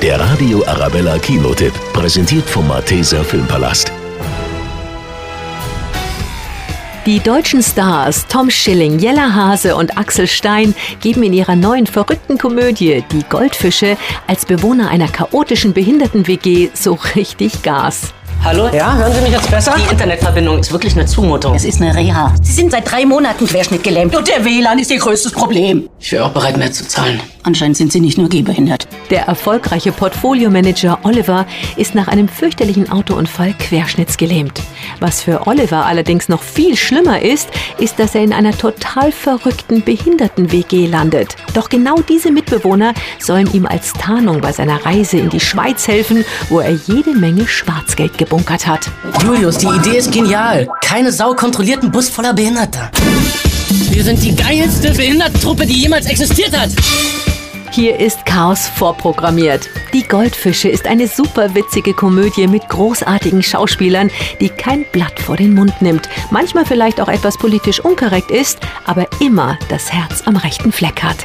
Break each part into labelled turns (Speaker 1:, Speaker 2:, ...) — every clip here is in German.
Speaker 1: Der Radio Arabella Kinotipp, präsentiert vom Malteser Filmpalast.
Speaker 2: Die deutschen Stars Tom Schilling, Jella Hase und Axel Stein geben in ihrer neuen verrückten Komödie Die Goldfische als Bewohner einer chaotischen Behinderten-WG so richtig Gas.
Speaker 3: Hallo?
Speaker 4: Ja, hören Sie mich jetzt besser?
Speaker 3: Die Internetverbindung ist wirklich eine Zumutung.
Speaker 5: Es ist eine Reha. Sie sind seit drei Monaten querschnittgelähmt und der WLAN ist Ihr größtes Problem.
Speaker 3: Ich wäre auch bereit, mehr zu zahlen.
Speaker 5: Anscheinend sind Sie nicht nur gehbehindert.
Speaker 2: Der erfolgreiche Portfoliomanager Oliver ist nach einem fürchterlichen Autounfall querschnittsgelähmt. Was für Oliver allerdings noch viel schlimmer ist, ist, dass er in einer total verrückten Behinderten-WG landet. Doch genau diese Mitbewohner sollen ihm als Tarnung bei seiner Reise in die Schweiz helfen, wo er jede Menge Schwarzgeld gebucht hat.
Speaker 6: Julius, die Idee ist genial. Keine Sau kontrolliert einen Bus voller Behinderter. Wir sind die geilste Behindertentruppe, die jemals existiert hat.
Speaker 2: Hier ist Chaos vorprogrammiert. Die Goldfische ist eine super witzige Komödie mit großartigen Schauspielern, die kein Blatt vor den Mund nimmt, manchmal vielleicht auch etwas politisch unkorrekt ist, aber immer das Herz am rechten Fleck hat.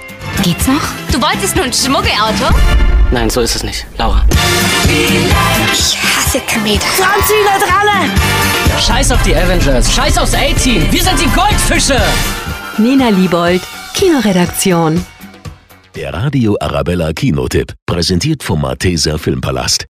Speaker 7: Geht's noch? Du wolltest nur ein Schmuggelauto?
Speaker 6: Nein, so ist es nicht, Laura.
Speaker 7: Ich hasse Kameda.
Speaker 5: Franzi, Leute, alle!
Speaker 6: Scheiß auf die Avengers, scheiß aufs A-Team, wir sind die Goldfische!
Speaker 2: Nina Liebold, Kinoredaktion.
Speaker 1: Der Radio Arabella Kinotipp, präsentiert vom Malteser Filmpalast.